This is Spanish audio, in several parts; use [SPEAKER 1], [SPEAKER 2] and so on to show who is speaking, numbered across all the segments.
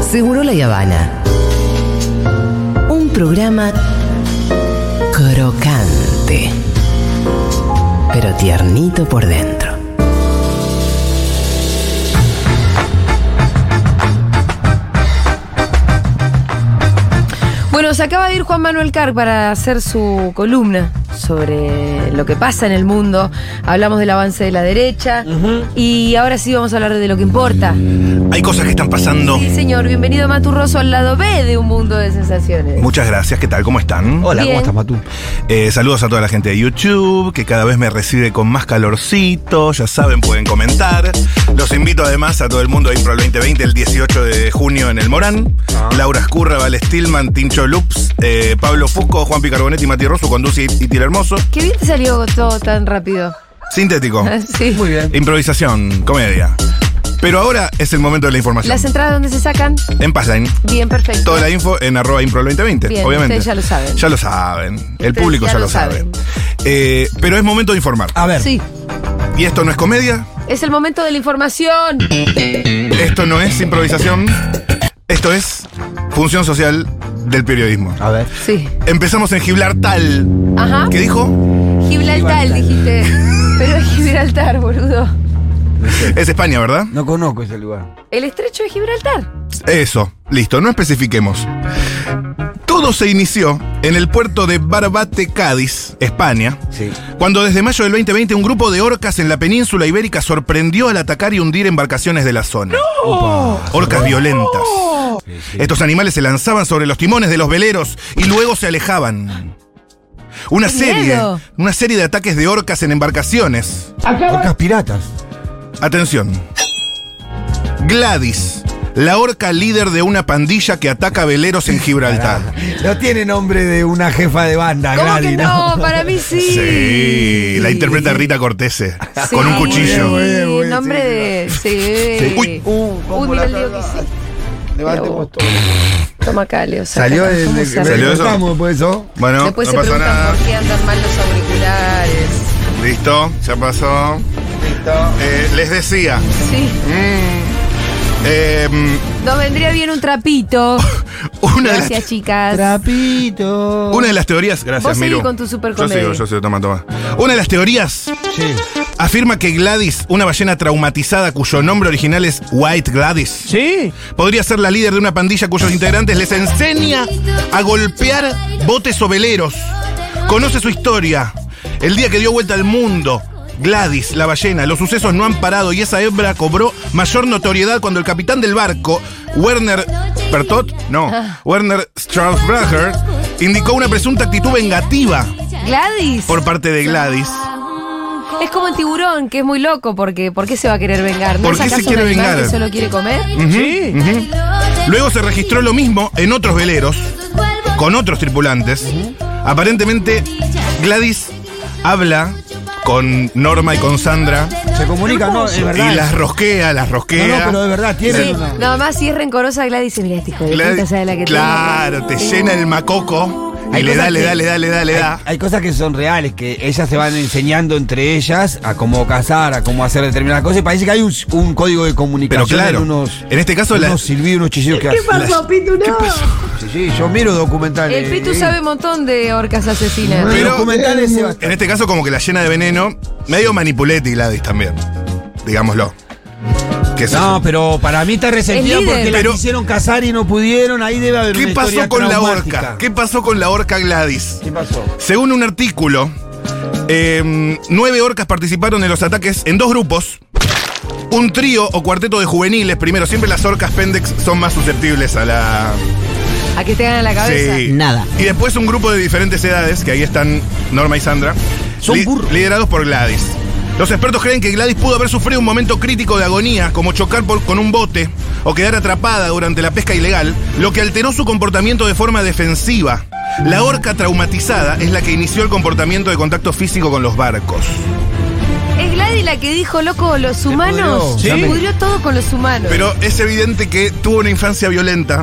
[SPEAKER 1] Seguro la Habana. Un programa crocante, pero tiernito por dentro.
[SPEAKER 2] Bueno, se acaba de ir Juan Manuel Carr para hacer su columna sobre lo que pasa en el mundo. Hablamos del avance de la derecha y ahora sí vamos a hablar de lo que importa.
[SPEAKER 3] Hay cosas que están pasando.
[SPEAKER 2] Sí, señor, bienvenido Maturroso al lado B de un mundo de sensaciones.
[SPEAKER 3] Muchas gracias, ¿qué tal? ¿Cómo están?
[SPEAKER 4] Hola,
[SPEAKER 2] Bien.
[SPEAKER 4] ¿cómo estás, Matú?
[SPEAKER 3] Eh, saludos a toda la gente de YouTube, que cada vez me recibe con más calorcito, ya saben, pueden comentar. Los invito además a todo el mundo a Impro al 2020 el 18 de junio en el Morán. Laura Escurra, Val Stillman, Tincho Loops, eh, Pablo Fusco, Juan Picarbonetti, Mati Rosso, conduce y Tira Hermoso.
[SPEAKER 2] Qué bien te salió todo tan rápido.
[SPEAKER 3] Sintético,
[SPEAKER 2] sí.
[SPEAKER 4] Muy bien.
[SPEAKER 3] improvisación, comedia. Pero ahora es el momento de la información.
[SPEAKER 2] Las entradas donde se sacan,
[SPEAKER 3] En Passline.
[SPEAKER 2] bien perfecto.
[SPEAKER 3] Toda la info en arroba impro 2020,
[SPEAKER 2] Bien,
[SPEAKER 3] obviamente.
[SPEAKER 2] ustedes ya lo saben.
[SPEAKER 3] Ya lo saben. El
[SPEAKER 2] Ustedes
[SPEAKER 3] público ya, lo sabe. Eh, pero es momento de informar.
[SPEAKER 4] A ver,
[SPEAKER 2] Sí.
[SPEAKER 3] Y esto no es comedia,
[SPEAKER 2] Es el momento de la información.
[SPEAKER 3] esto no es improvisación, esto es función social del periodismo.
[SPEAKER 4] a ver.
[SPEAKER 2] Sí.
[SPEAKER 3] Empezamos en Gibraltar.
[SPEAKER 2] Ajá.
[SPEAKER 3] ¿Qué dijo?
[SPEAKER 2] Gibraltar,
[SPEAKER 4] Gibraltar.
[SPEAKER 2] dijiste. Pero es Gibraltar, boludo.
[SPEAKER 3] Es España, ¿verdad?
[SPEAKER 4] No conozco ese lugar.
[SPEAKER 2] El estrecho de Gibraltar.
[SPEAKER 3] Eso, listo, no especifiquemos. Todo se inició en el puerto de Barbate, Cádiz, España,
[SPEAKER 4] Sí.
[SPEAKER 3] Cuando desde mayo del 2020 un grupo de orcas en la península ibérica sorprendió al atacar y hundir embarcaciones de la zona. Orcas violentas. Estos animales se lanzaban sobre los timones de los veleros y luego se alejaban. Una
[SPEAKER 2] ¡Qué
[SPEAKER 3] serie,
[SPEAKER 2] miedo!
[SPEAKER 3] una serie de ataques de orcas en embarcaciones.
[SPEAKER 4] Orcas piratas.
[SPEAKER 3] Atención. Gladys, la orca líder de una pandilla que ataca veleros en Gibraltar.
[SPEAKER 2] Ah.
[SPEAKER 4] No tiene nombre de una jefa de banda,
[SPEAKER 2] ¿Cómo
[SPEAKER 4] Gladys,
[SPEAKER 2] que no? Para mí sí.
[SPEAKER 3] Sí, la interpreta Rita Cortese
[SPEAKER 2] Sí.
[SPEAKER 3] con un cuchillo.
[SPEAKER 4] Muy bien, muy
[SPEAKER 2] Sí,
[SPEAKER 4] bien,
[SPEAKER 2] nombre
[SPEAKER 4] sí,
[SPEAKER 2] de. Sí.
[SPEAKER 3] Sí.
[SPEAKER 4] Uh,
[SPEAKER 3] Uy.
[SPEAKER 2] Uy, mira el dedo que sí. Levantemos
[SPEAKER 4] todo.
[SPEAKER 2] Toma acá, Leo. saca
[SPEAKER 4] Salió
[SPEAKER 2] acá,
[SPEAKER 4] el.
[SPEAKER 2] ¿cómo
[SPEAKER 4] el-
[SPEAKER 2] se
[SPEAKER 3] Salió
[SPEAKER 2] arregla?
[SPEAKER 3] eso.
[SPEAKER 4] cortamos después eso.
[SPEAKER 3] Bueno,
[SPEAKER 2] Después
[SPEAKER 3] no
[SPEAKER 2] se
[SPEAKER 3] pasa
[SPEAKER 2] preguntan
[SPEAKER 3] nada.
[SPEAKER 2] por qué andan mal los auriculares.
[SPEAKER 3] Listo, ya pasó. Eh, les decía,
[SPEAKER 2] Sí.
[SPEAKER 3] eh,
[SPEAKER 2] Nos vendría bien un trapito.
[SPEAKER 3] una, de las,
[SPEAKER 2] Gracias, chicas.
[SPEAKER 4] Trapito.
[SPEAKER 3] una de las teorías. Gracias,
[SPEAKER 2] Vos seguí
[SPEAKER 3] Miru.
[SPEAKER 2] con tu
[SPEAKER 3] Yo
[SPEAKER 2] supercomedia.
[SPEAKER 3] sigo, yo sigo, toma, toma. Una de las teorías
[SPEAKER 4] Sí.
[SPEAKER 3] afirma que Gladys, una ballena traumatizada cuyo nombre original es White Gladys,
[SPEAKER 4] Sí.
[SPEAKER 3] podría ser la líder de una pandilla cuyos integrantes les enseña a golpear botes o veleros. Conoce su historia. El día que dio vuelta al mundo. Gladys, la ballena, los sucesos no han parado y esa hembra cobró mayor notoriedad cuando el capitán del barco, Werner Pertot, no, Werner Straussbracher, indicó una presunta actitud vengativa
[SPEAKER 2] Gladys.
[SPEAKER 3] por parte de Gladys.
[SPEAKER 2] Es como el tiburón, que es muy loco, porque ¿por qué se va a querer vengar? ¿No
[SPEAKER 3] ¿Por
[SPEAKER 2] es
[SPEAKER 3] qué se
[SPEAKER 2] acaso
[SPEAKER 3] quiere
[SPEAKER 2] un animal
[SPEAKER 3] vengar?
[SPEAKER 2] que solo quiere comer?
[SPEAKER 3] Sí. Luego se registró lo mismo en otros veleros con otros tripulantes. Aparentemente, Gladys habla con Norma y con Sandra
[SPEAKER 4] Se comunica, no, es
[SPEAKER 3] y
[SPEAKER 4] verdad.
[SPEAKER 3] las rosquea, las
[SPEAKER 4] No, no,
[SPEAKER 3] rosquea.
[SPEAKER 4] pero de verdad tienen
[SPEAKER 2] Sí,
[SPEAKER 4] una.
[SPEAKER 2] nada más si es rencorosa Gladys dice, mira este hijo de
[SPEAKER 3] Gladys-
[SPEAKER 2] puta, sabe la que
[SPEAKER 3] claro, te llena el macoco y
[SPEAKER 4] Hay
[SPEAKER 3] le da,
[SPEAKER 4] cosas
[SPEAKER 3] le
[SPEAKER 4] que-
[SPEAKER 3] da, le da, le da, le da.
[SPEAKER 4] Hay, hay cosas que son reales, que ellas se van enseñando entre ellas a cómo cazar, a cómo hacer determinadas cosas. Y parece que hay un, un código de comunicación.
[SPEAKER 3] Pero claro,
[SPEAKER 4] en, unos,
[SPEAKER 3] en este caso la-
[SPEAKER 4] unos silbidos, unos chillidos que hacen.
[SPEAKER 2] pasó, Pitu? No.
[SPEAKER 4] Sí, sí, yo miro documentales.
[SPEAKER 2] El Pitu
[SPEAKER 4] eh,
[SPEAKER 2] sabe un montón de orcas asesinas.
[SPEAKER 4] Pero- documentales,
[SPEAKER 3] en este caso, como que la llena de veneno, medio manipulete y Gladys también. Digámoslo. Que es
[SPEAKER 4] No, pero para mí está resentida
[SPEAKER 2] Es líder.
[SPEAKER 4] porque
[SPEAKER 3] Pero-
[SPEAKER 4] la quisieron casar y no pudieron. Ahí debe haber
[SPEAKER 3] ¿Qué
[SPEAKER 4] una
[SPEAKER 3] pasó
[SPEAKER 4] historia
[SPEAKER 3] con la
[SPEAKER 4] traumática.
[SPEAKER 3] orca? ¿Qué pasó con la orca Gladys?
[SPEAKER 4] ¿Qué pasó?
[SPEAKER 3] Según un artículo, eh, nueve orcas participaron en los ataques en dos grupos. Un trío o cuarteto de juveniles, primero, siempre las orcas pendex son más susceptibles a la...
[SPEAKER 2] A que te ganan la cabeza.
[SPEAKER 3] Sí. Y después un grupo de diferentes edades, que ahí están Norma y Sandra,
[SPEAKER 4] Son burros.
[SPEAKER 3] liderados por Gladys. Los expertos creen que Gladys pudo haber sufrido un momento crítico de agonía, como chocar por- con un bote o quedar atrapada durante la pesca ilegal, lo que alteró su comportamiento de forma defensiva. La orca traumatizada es la que inició el comportamiento de contacto físico con los barcos.
[SPEAKER 2] Es Gladys la que dijo, loco, los humanos.
[SPEAKER 4] pudrió.
[SPEAKER 2] Se
[SPEAKER 4] Sí.
[SPEAKER 2] pudrió todo con los humanos.
[SPEAKER 3] Pero es evidente que tuvo una infancia violenta.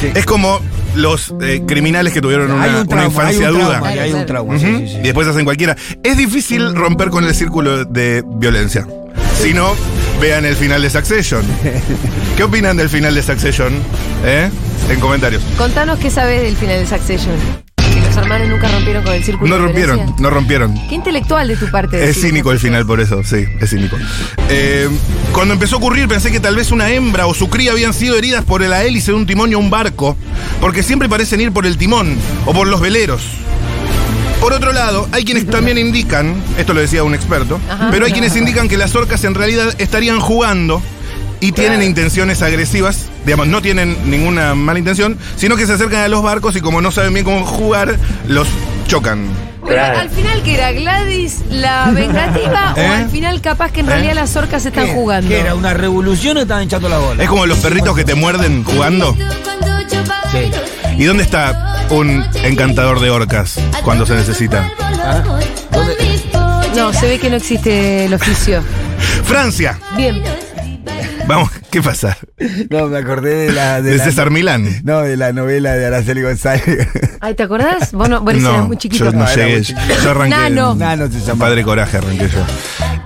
[SPEAKER 4] Sí.
[SPEAKER 3] Es como los eh, criminales que tuvieron una,
[SPEAKER 4] hay un
[SPEAKER 3] una
[SPEAKER 4] trauma,
[SPEAKER 3] infancia
[SPEAKER 4] hay un
[SPEAKER 3] dura.
[SPEAKER 4] trauma, y hay un trauma. sí,
[SPEAKER 3] Ujú.
[SPEAKER 4] sí, sí.
[SPEAKER 3] Y después hacen cualquiera. Es difícil romper con el círculo de violencia. Si no, Vean el final de Succession. ¿Qué opinan del final de Succession? ¿Eh? En comentarios.
[SPEAKER 2] Contanos qué sabes del final de Succession. Que los hermanos nunca rompieron con el círculo.
[SPEAKER 3] No
[SPEAKER 2] de
[SPEAKER 3] rompieron,
[SPEAKER 2] violencia.
[SPEAKER 3] no rompieron.
[SPEAKER 2] Qué intelectual de tu parte.
[SPEAKER 3] Es
[SPEAKER 2] decir,
[SPEAKER 3] cínico el
[SPEAKER 2] Succession.
[SPEAKER 3] final por eso, sí, es cínico. Eh, cuando empezó a ocurrir pensé que tal vez una hembra o su cría habían sido heridas por la hélice de un timón y un barco, porque siempre parecen ir por el timón o por los veleros. Por otro lado, hay quienes también indican, esto lo decía un experto,
[SPEAKER 2] Ajá.
[SPEAKER 3] pero hay quienes indican que las orcas en realidad estarían jugando y tienen intenciones agresivas, digamos, no tienen ninguna mala intención, sino que se acercan a los barcos y como no saben bien cómo jugar, los chocan.
[SPEAKER 2] Pero al final que era Gladys la vengativa
[SPEAKER 3] ¿Eh?
[SPEAKER 2] o al final capaz que en realidad
[SPEAKER 3] ¿Eh?
[SPEAKER 2] las orcas están
[SPEAKER 4] ¿Qué?
[SPEAKER 2] jugando.
[SPEAKER 4] ¿Qué era? ¿Una revolución o estaban echando la bola?
[SPEAKER 3] Es como los perritos que te muerden jugando.
[SPEAKER 4] Sí.
[SPEAKER 3] ¿Y dónde está un encantador de orcas cuando se necesita?
[SPEAKER 2] No, se ve que no existe el oficio.
[SPEAKER 3] Francia.
[SPEAKER 2] Bien.
[SPEAKER 3] Vamos, ¿qué pasa?
[SPEAKER 4] No, me acordé de la.
[SPEAKER 3] De
[SPEAKER 4] la-
[SPEAKER 3] César Milán.
[SPEAKER 4] No, de la novela de Araceli González.
[SPEAKER 2] Ay, ¿te acordás? Vos no, vos eras muy chiquito.
[SPEAKER 3] yo no
[SPEAKER 4] No, era
[SPEAKER 3] llegué.
[SPEAKER 4] muy chiquito.
[SPEAKER 3] Yo arranqué.
[SPEAKER 2] Nano.
[SPEAKER 4] Nano se llama.
[SPEAKER 3] Padre Coraje arranqué yo.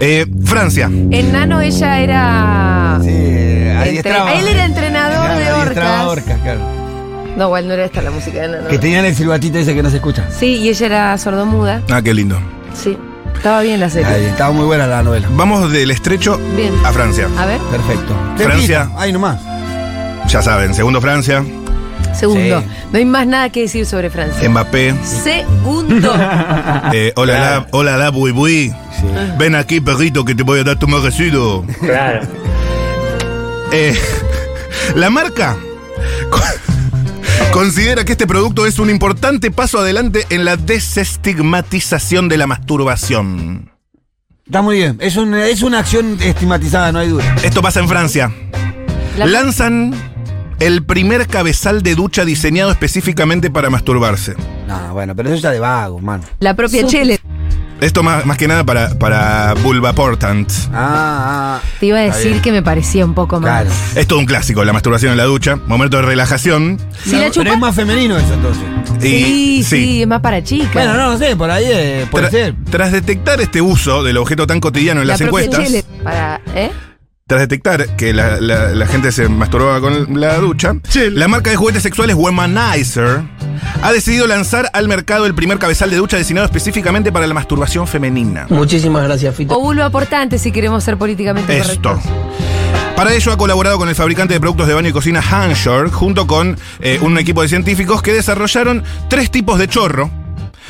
[SPEAKER 3] Eh, Francia.
[SPEAKER 2] En Nano ella era.
[SPEAKER 4] Sí, ahí
[SPEAKER 2] Entre-
[SPEAKER 4] estaba.
[SPEAKER 2] él era entrenador de orcas.
[SPEAKER 4] orcas, claro.
[SPEAKER 2] No, igual no era esta la música de Nano.
[SPEAKER 4] Que tenían el silbatito ese que no se escucha.
[SPEAKER 2] Sí, y ella era sordomuda.
[SPEAKER 3] Ah, qué lindo.
[SPEAKER 2] Sí. Estaba bien la serie.
[SPEAKER 4] Ahí, estaba muy buena la novela.
[SPEAKER 3] Vamos del estrecho
[SPEAKER 2] Bien.
[SPEAKER 3] a Francia.
[SPEAKER 2] A ver,
[SPEAKER 4] Perfecto.
[SPEAKER 3] Francia.
[SPEAKER 4] Repito, Ahí nomás.
[SPEAKER 3] Ya saben, segundo Francia,
[SPEAKER 2] segundo.
[SPEAKER 4] Sí.
[SPEAKER 2] No hay más nada que decir sobre Francia.
[SPEAKER 3] Mbappé,
[SPEAKER 2] Segundo.
[SPEAKER 3] eh, hola,
[SPEAKER 4] Claro.
[SPEAKER 3] la, hola, la, bui, bui. Ven aquí, perrito, que te voy a dar tu merecido.
[SPEAKER 5] Claro.
[SPEAKER 3] Eh, la marca co- considera que este producto es un importante paso adelante en la desestigmatización de la masturbación.
[SPEAKER 4] Está muy bien. Es, un- es una acción estigmatizada, no hay duda.
[SPEAKER 3] Esto pasa en Francia.
[SPEAKER 2] La-
[SPEAKER 3] Lanzan el primer cabezal de ducha diseñado específicamente para masturbarse.
[SPEAKER 4] No, bueno, pero eso ya de vago, mano.
[SPEAKER 2] La propia Chele.
[SPEAKER 3] Esto más, más que nada para, para Bulbaportant.
[SPEAKER 4] Ah, ah.
[SPEAKER 2] Te iba a decir que me parecía un poco más.
[SPEAKER 4] Claro.
[SPEAKER 3] Es todo un clásico, la masturbación en la ducha, momento de relajación.
[SPEAKER 2] Si la
[SPEAKER 4] Pero-
[SPEAKER 2] chupa-
[SPEAKER 4] Pero es más femenino eso entonces.
[SPEAKER 3] Y,
[SPEAKER 2] Sí, sí, es más para chicas.
[SPEAKER 4] Bueno, no, no sé, por ahí eh, puede
[SPEAKER 3] Tra-
[SPEAKER 4] ser.
[SPEAKER 3] Tras detectar este uso del objeto tan cotidiano en
[SPEAKER 2] la
[SPEAKER 3] las
[SPEAKER 2] propia
[SPEAKER 3] encuestas,
[SPEAKER 2] Chele. Para, ¿eh?
[SPEAKER 3] Tras detectar que la, la- la gente se masturbaba con la ducha, la marca de juguetes sexuales Womanizer ha decidido lanzar al mercado el primer cabezal de ducha destinado específicamente para la masturbación femenina.
[SPEAKER 5] Muchísimas gracias, Fito.
[SPEAKER 2] O vulva aportante si queremos ser políticamente
[SPEAKER 3] Esto.
[SPEAKER 2] correctos.
[SPEAKER 3] Para ello ha colaborado con el fabricante de productos de baño y cocina Hansher, junto con eh, un equipo de científicos que desarrollaron tres tipos de chorro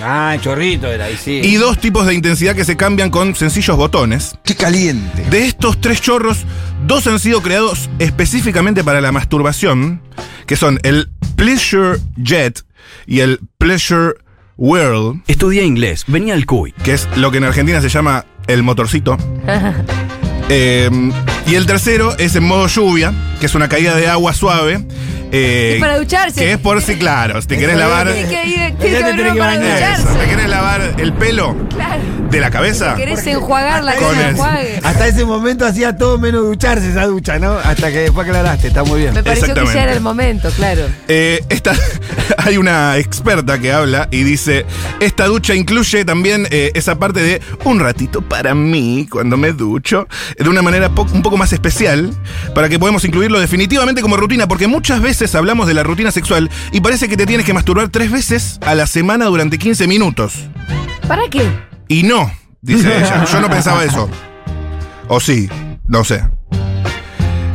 [SPEAKER 4] Ah, el chorrito era ahí, sí.
[SPEAKER 3] y dos tipos de intensidad que se cambian con sencillos botones.
[SPEAKER 4] qué caliente.
[SPEAKER 3] De estos tres chorros, dos han sido creados específicamente para la masturbación, que son el Pleasure Jet y el Pleasure Whirl,
[SPEAKER 6] Estudié inglés, venía al CUI.
[SPEAKER 3] que es lo que en Argentina se llama el motorcito. Eh, y el tercero es en modo lluvia, que es una caída de agua suave. eh,
[SPEAKER 2] Es para ducharse.
[SPEAKER 3] Que es por si, claro, si te querés
[SPEAKER 4] Eso
[SPEAKER 3] lavar.
[SPEAKER 2] Tiene que ir, tiene
[SPEAKER 4] Ella
[SPEAKER 2] que
[SPEAKER 4] te
[SPEAKER 2] haber
[SPEAKER 4] tiene
[SPEAKER 2] uno
[SPEAKER 4] que
[SPEAKER 2] para
[SPEAKER 4] bañar.
[SPEAKER 3] Eso,
[SPEAKER 2] ducharse.
[SPEAKER 3] ¿te querés lavar el pelo
[SPEAKER 2] Claro.
[SPEAKER 3] de la cabeza?
[SPEAKER 2] ¿Querés enjuagarla?
[SPEAKER 3] Ah,
[SPEAKER 2] que
[SPEAKER 3] Con
[SPEAKER 2] se
[SPEAKER 3] eso. Ah,
[SPEAKER 2] enjuague.
[SPEAKER 4] Hasta ese momento hacía todo menos ducharse esa ducha, ¿no? Hasta que después aclaraste, está muy bien.
[SPEAKER 2] Me pareció que
[SPEAKER 3] Exactamente.
[SPEAKER 2] ya era el momento, claro.
[SPEAKER 3] Eh, esta, hay una experta que habla y dice, esta ducha incluye también eh, esa parte de un ratito para mí cuando me ducho, de una manera po- un poco más especial, para que podamos incluirlo definitivamente como rutina, porque muchas veces hablamos de la rutina sexual y parece que te tienes que masturbar tres veces a la semana durante 15 minutos.
[SPEAKER 2] ¿Para qué?
[SPEAKER 3] Y no, dice ella, yo no pensaba eso. O sí, no sé.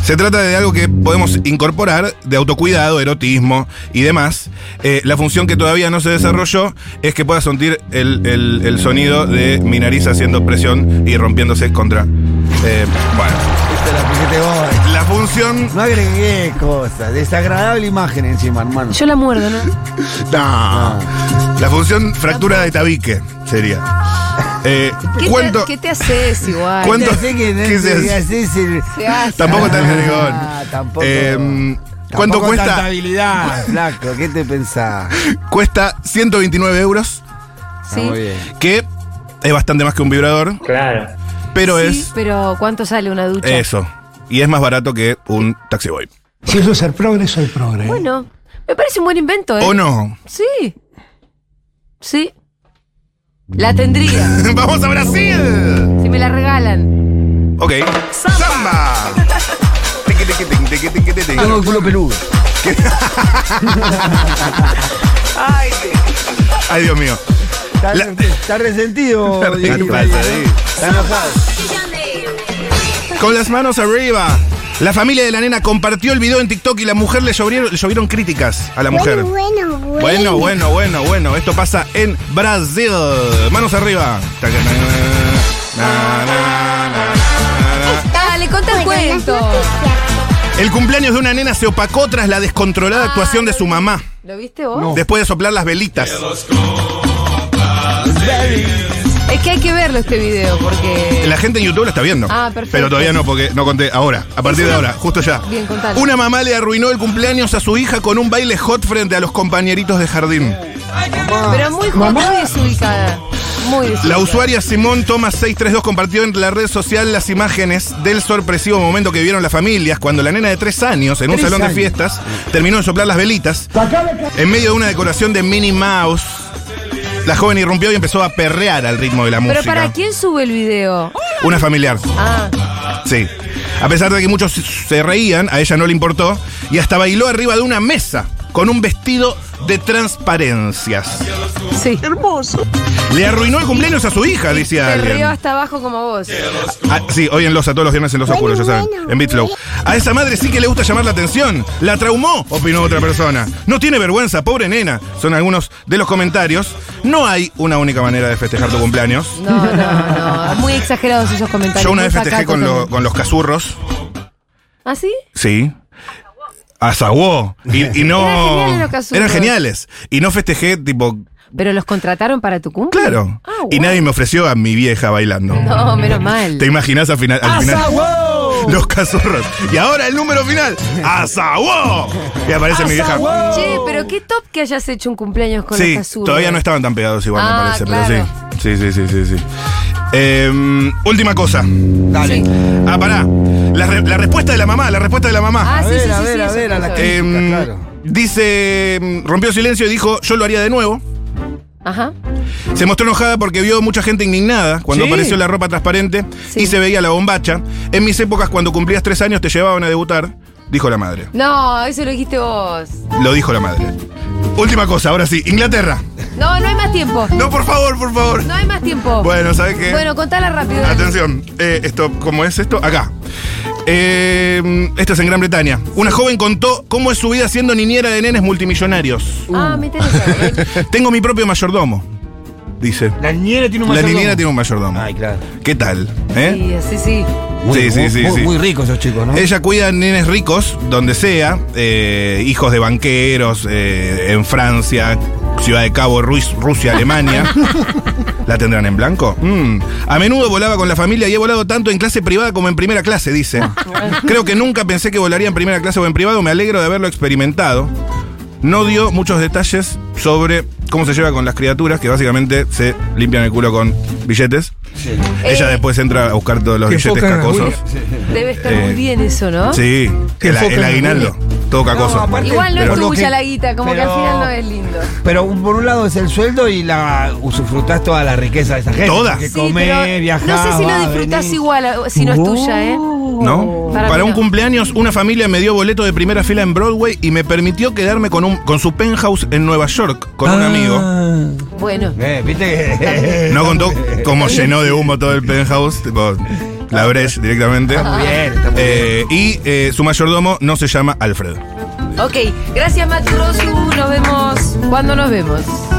[SPEAKER 3] Se trata de algo que podemos incorporar de autocuidado, erotismo y demás. Eh, la función que todavía no se desarrolló es que pueda sentir el, el- el sonido de mi nariz haciendo presión y rompiéndose contra. eh, bueno,
[SPEAKER 4] Esta la pusiste vos.
[SPEAKER 3] la función.
[SPEAKER 4] No agregué cosas. Desagradable imagen encima, hermano.
[SPEAKER 2] Yo la muerdo, ¿no?
[SPEAKER 3] No. La función fractura de tabique sería. Eh,
[SPEAKER 2] ¿Qué,
[SPEAKER 3] cuento-
[SPEAKER 2] te, qué te haces igual?
[SPEAKER 3] ¿Cuánto-
[SPEAKER 4] Ya sé que no
[SPEAKER 3] ¿Qué se hace?
[SPEAKER 4] haces el-
[SPEAKER 2] ¿Qué haces?
[SPEAKER 3] Tampoco tan agregón.
[SPEAKER 4] Ah, tampoco.
[SPEAKER 3] Eh, ¿Cuánto
[SPEAKER 4] Tampoco
[SPEAKER 3] cuesta?
[SPEAKER 4] tanta habilidad, flaco, ¿qué te pensás?
[SPEAKER 3] Cuesta 129 euros,
[SPEAKER 4] Está
[SPEAKER 2] Sí,
[SPEAKER 4] muy bien.
[SPEAKER 3] que es bastante más que un vibrador,
[SPEAKER 5] Claro.
[SPEAKER 3] pero
[SPEAKER 2] sí,
[SPEAKER 3] es
[SPEAKER 2] pero ¿cuánto sale una ducha?
[SPEAKER 3] eso. Y es más barato que un taxi boy.
[SPEAKER 7] Si eso es ser progre, soy progre.
[SPEAKER 2] Bueno, me parece un buen invento, ¿eh?
[SPEAKER 3] ¿eh? ¿O no?
[SPEAKER 2] Sí. Sí. La tendría,
[SPEAKER 3] ¡Vamos a Brasil!
[SPEAKER 2] si me la regalan.
[SPEAKER 3] Ok. ¡Samba! Tiqui, tiqui, tiqui, tiqui, tiqui, tiqui.
[SPEAKER 4] Tengo el culo peludo.
[SPEAKER 3] Ay, Dios mío.
[SPEAKER 4] Está,
[SPEAKER 3] La-
[SPEAKER 4] está resentido.
[SPEAKER 3] ¿Qué
[SPEAKER 4] Dieguito.
[SPEAKER 3] pasa ahí?
[SPEAKER 4] Está enojado.
[SPEAKER 3] Con las manos arriba. La familia de la nena compartió el video en TikTok y la mujer le llovieron, le llovieron críticas a la mujer.
[SPEAKER 5] Bueno, bueno,
[SPEAKER 3] Bueno, bueno, bueno, bueno. Esto pasa en Brasil. Manos arriba.
[SPEAKER 2] Dale, contá el
[SPEAKER 5] Buenas
[SPEAKER 2] cuento.
[SPEAKER 5] noticias.
[SPEAKER 3] El cumpleaños de una nena se opacó tras la descontrolada actuación de su mamá.
[SPEAKER 2] ¿Lo viste vos?
[SPEAKER 3] Después de soplar las velitas.
[SPEAKER 2] Es que hay que verlo este video porque.
[SPEAKER 3] La gente en YouTube la está viendo.
[SPEAKER 2] Ah, perfecto.
[SPEAKER 3] Pero todavía no, porque no conté. Ahora, a partir de ahora, justo ya.
[SPEAKER 2] Bien, contalo.
[SPEAKER 3] Una mamá le arruinó el cumpleaños a su hija con un baile hot frente a los compañeritos de jardín.
[SPEAKER 2] Pero muy, muy desubicada. Muy desubicada.
[SPEAKER 3] La usuaria Simón Thomas 632 compartió en la red social las imágenes del sorpresivo momento que vivieron las familias cuando la nena de tres años, en un
[SPEAKER 4] Tres
[SPEAKER 3] salón de
[SPEAKER 4] años.
[SPEAKER 3] fiestas, terminó de soplar las velitas. En medio de una decoración de Minnie Mouse, la joven irrumpió y empezó a perrear al ritmo de la
[SPEAKER 2] Pero
[SPEAKER 3] música.
[SPEAKER 2] para quién sube el video?
[SPEAKER 3] Una familiar.
[SPEAKER 2] Ah,
[SPEAKER 3] Sí. A pesar de que muchos se reían, a ella no le importó y hasta bailó arriba de una mesa con un vestido de transparencias.
[SPEAKER 2] sí.
[SPEAKER 3] Le arruinó el cumpleaños a su hija, decía
[SPEAKER 2] Te río
[SPEAKER 3] alguien.
[SPEAKER 2] hasta abajo como vos.
[SPEAKER 3] Ah, sí, hoy en Losa, todos los viernes en Los
[SPEAKER 5] Bueno,
[SPEAKER 3] Oscuros, ya saben,
[SPEAKER 5] bueno.
[SPEAKER 3] en Bitlow. A esa madre sí que le gusta llamar la atención. La traumó, opinó otra persona. No tiene vergüenza, pobre nena. Son algunos de los comentarios. No hay una única manera de festejar tu cumpleaños.
[SPEAKER 2] No, no, no. Muy exagerados esos comentarios.
[SPEAKER 3] Yo una
[SPEAKER 2] muy
[SPEAKER 3] vez festejé
[SPEAKER 2] pacatos
[SPEAKER 3] con, lo-
[SPEAKER 2] también.
[SPEAKER 3] con los cazurros.
[SPEAKER 2] ¿Ah, sí?
[SPEAKER 3] Sí. Azahuó. Y, y no.
[SPEAKER 2] Eran geniales los cazurros.
[SPEAKER 3] Eran geniales. Y no festejé, tipo,
[SPEAKER 2] ¿Pero los contrataron para tu cumple?
[SPEAKER 3] claro.
[SPEAKER 2] Ah, guau.
[SPEAKER 3] Y nadie me ofreció a mi vieja bailando.
[SPEAKER 2] No, menos mal.
[SPEAKER 3] ¿Te imaginas al final? Al final los cazurros. Y ahora el número final. ¡Azahuó! Y aparece mi vieja.
[SPEAKER 2] Che, pero qué top que hayas hecho un cumpleaños con
[SPEAKER 3] Sí,
[SPEAKER 2] los cazurros.
[SPEAKER 3] todavía no estaban tan pegados igual,
[SPEAKER 2] Ah,
[SPEAKER 3] me parece,
[SPEAKER 2] claro.
[SPEAKER 3] pero sí. Sí, sí, sí, sí, sí. Em, última cosa.
[SPEAKER 4] Dale.
[SPEAKER 3] Ah, pará. La, re- la respuesta de la mamá, la respuesta de la mamá.
[SPEAKER 2] Ah,
[SPEAKER 4] A
[SPEAKER 2] sí,
[SPEAKER 4] ver,
[SPEAKER 2] sí,
[SPEAKER 4] a
[SPEAKER 2] sí,
[SPEAKER 4] ver,
[SPEAKER 2] sí,
[SPEAKER 4] a
[SPEAKER 2] eso
[SPEAKER 4] ver, a la
[SPEAKER 2] quiero saber.
[SPEAKER 4] que-
[SPEAKER 3] Em,
[SPEAKER 4] claro.
[SPEAKER 3] Dice, em, rompió silencio y dijo, yo lo haría de nuevo.
[SPEAKER 2] Ajá.
[SPEAKER 3] Se mostró enojada porque vio mucha gente indignada cuando
[SPEAKER 4] Sí.
[SPEAKER 3] apareció la ropa transparente
[SPEAKER 2] Sí.
[SPEAKER 3] y se veía la bombacha. En mis épocas, cuando cumplías tres años, te llevaban a debutar, dijo la madre.
[SPEAKER 2] No, eso lo dijiste vos.
[SPEAKER 3] Lo dijo la madre. Última cosa, ahora sí, Inglaterra.
[SPEAKER 2] No, no hay más tiempo.
[SPEAKER 3] No, por favor, por favor.
[SPEAKER 2] No hay más tiempo.
[SPEAKER 3] Bueno, ¿sabes qué?
[SPEAKER 2] Bueno, contala rápido. dale.
[SPEAKER 3] Atención, eh, esto, ¿cómo es esto? Acá. Eh, esto es en Gran Bretaña. Una joven contó cómo es su vida siendo niñera de nenes multimillonarios.
[SPEAKER 2] Ah, me interesa.
[SPEAKER 3] Tengo mi propio mayordomo, dice.
[SPEAKER 4] La niñera tiene un
[SPEAKER 3] La
[SPEAKER 4] mayordomo.
[SPEAKER 3] niñera tiene un mayordomo.
[SPEAKER 4] Ay, claro.
[SPEAKER 3] ¿Qué tal? ¿Eh?
[SPEAKER 2] Sí, sí, sí.
[SPEAKER 3] Sí, sí, sí,
[SPEAKER 4] muy,
[SPEAKER 3] sí.
[SPEAKER 4] muy ricos esos chicos, ¿no?
[SPEAKER 3] Ella cuida a nenes ricos, donde sea, eh, hijos de banqueros, eh, en Francia, Ciudad de Cabo, Ruiz, Rusia, Alemania. ¿La tendrán en blanco? Mm. A menudo volaba con la familia y he volado tanto en clase privada como en primera clase, dice. Creo que nunca pensé que volaría en primera clase o en privado, me alegro de haberlo experimentado. No dio muchos detalles sobre cómo se lleva con las criaturas, que básicamente se limpian el culo con billetes. Ella
[SPEAKER 2] Eh.
[SPEAKER 3] después entra a buscar todos los
[SPEAKER 7] Qué
[SPEAKER 3] billetes
[SPEAKER 7] poca
[SPEAKER 3] cacosos.
[SPEAKER 2] Debe estar
[SPEAKER 3] Eh,
[SPEAKER 2] muy bien eso, ¿no?
[SPEAKER 3] Sí,
[SPEAKER 7] Qué
[SPEAKER 3] el, el
[SPEAKER 7] foca.
[SPEAKER 3] aguinaldo. Todo cacoso.
[SPEAKER 4] No, aparte-
[SPEAKER 2] Igual no
[SPEAKER 3] Pero
[SPEAKER 2] es
[SPEAKER 4] lo
[SPEAKER 2] tuya
[SPEAKER 4] que-
[SPEAKER 2] la guita, como que
[SPEAKER 4] pero-
[SPEAKER 2] al final no es lindo.
[SPEAKER 4] Pero un- por un lado es el sueldo y la usufructás toda la riqueza de esa gente.
[SPEAKER 3] Toda.
[SPEAKER 4] Que
[SPEAKER 2] Sí,
[SPEAKER 4] comés,
[SPEAKER 2] pero
[SPEAKER 4] viajás,
[SPEAKER 2] No sé si lo
[SPEAKER 4] vas,
[SPEAKER 2] disfrutás
[SPEAKER 4] venís.
[SPEAKER 2] igual a- si no es tuya, ¿eh?
[SPEAKER 3] ¿No?
[SPEAKER 2] Para
[SPEAKER 3] Para,
[SPEAKER 2] mí
[SPEAKER 3] un
[SPEAKER 2] no.
[SPEAKER 3] cumpleaños, una familia me dio boleto de primera fila en Broadway y me permitió quedarme con, un, con su penthouse en Nueva York con un amigo.
[SPEAKER 2] Bueno.
[SPEAKER 4] Eh, viste que.
[SPEAKER 3] No contó cómo llenó de humo todo el penthouse, tipo la breche directamente.
[SPEAKER 4] Está muy bien, está muy bien.
[SPEAKER 3] Eh, y eh, su mayordomo no se llama Alfredo.
[SPEAKER 2] Ok, gracias Matt Grosu. Nos vemos. ¿Cuándo nos vemos?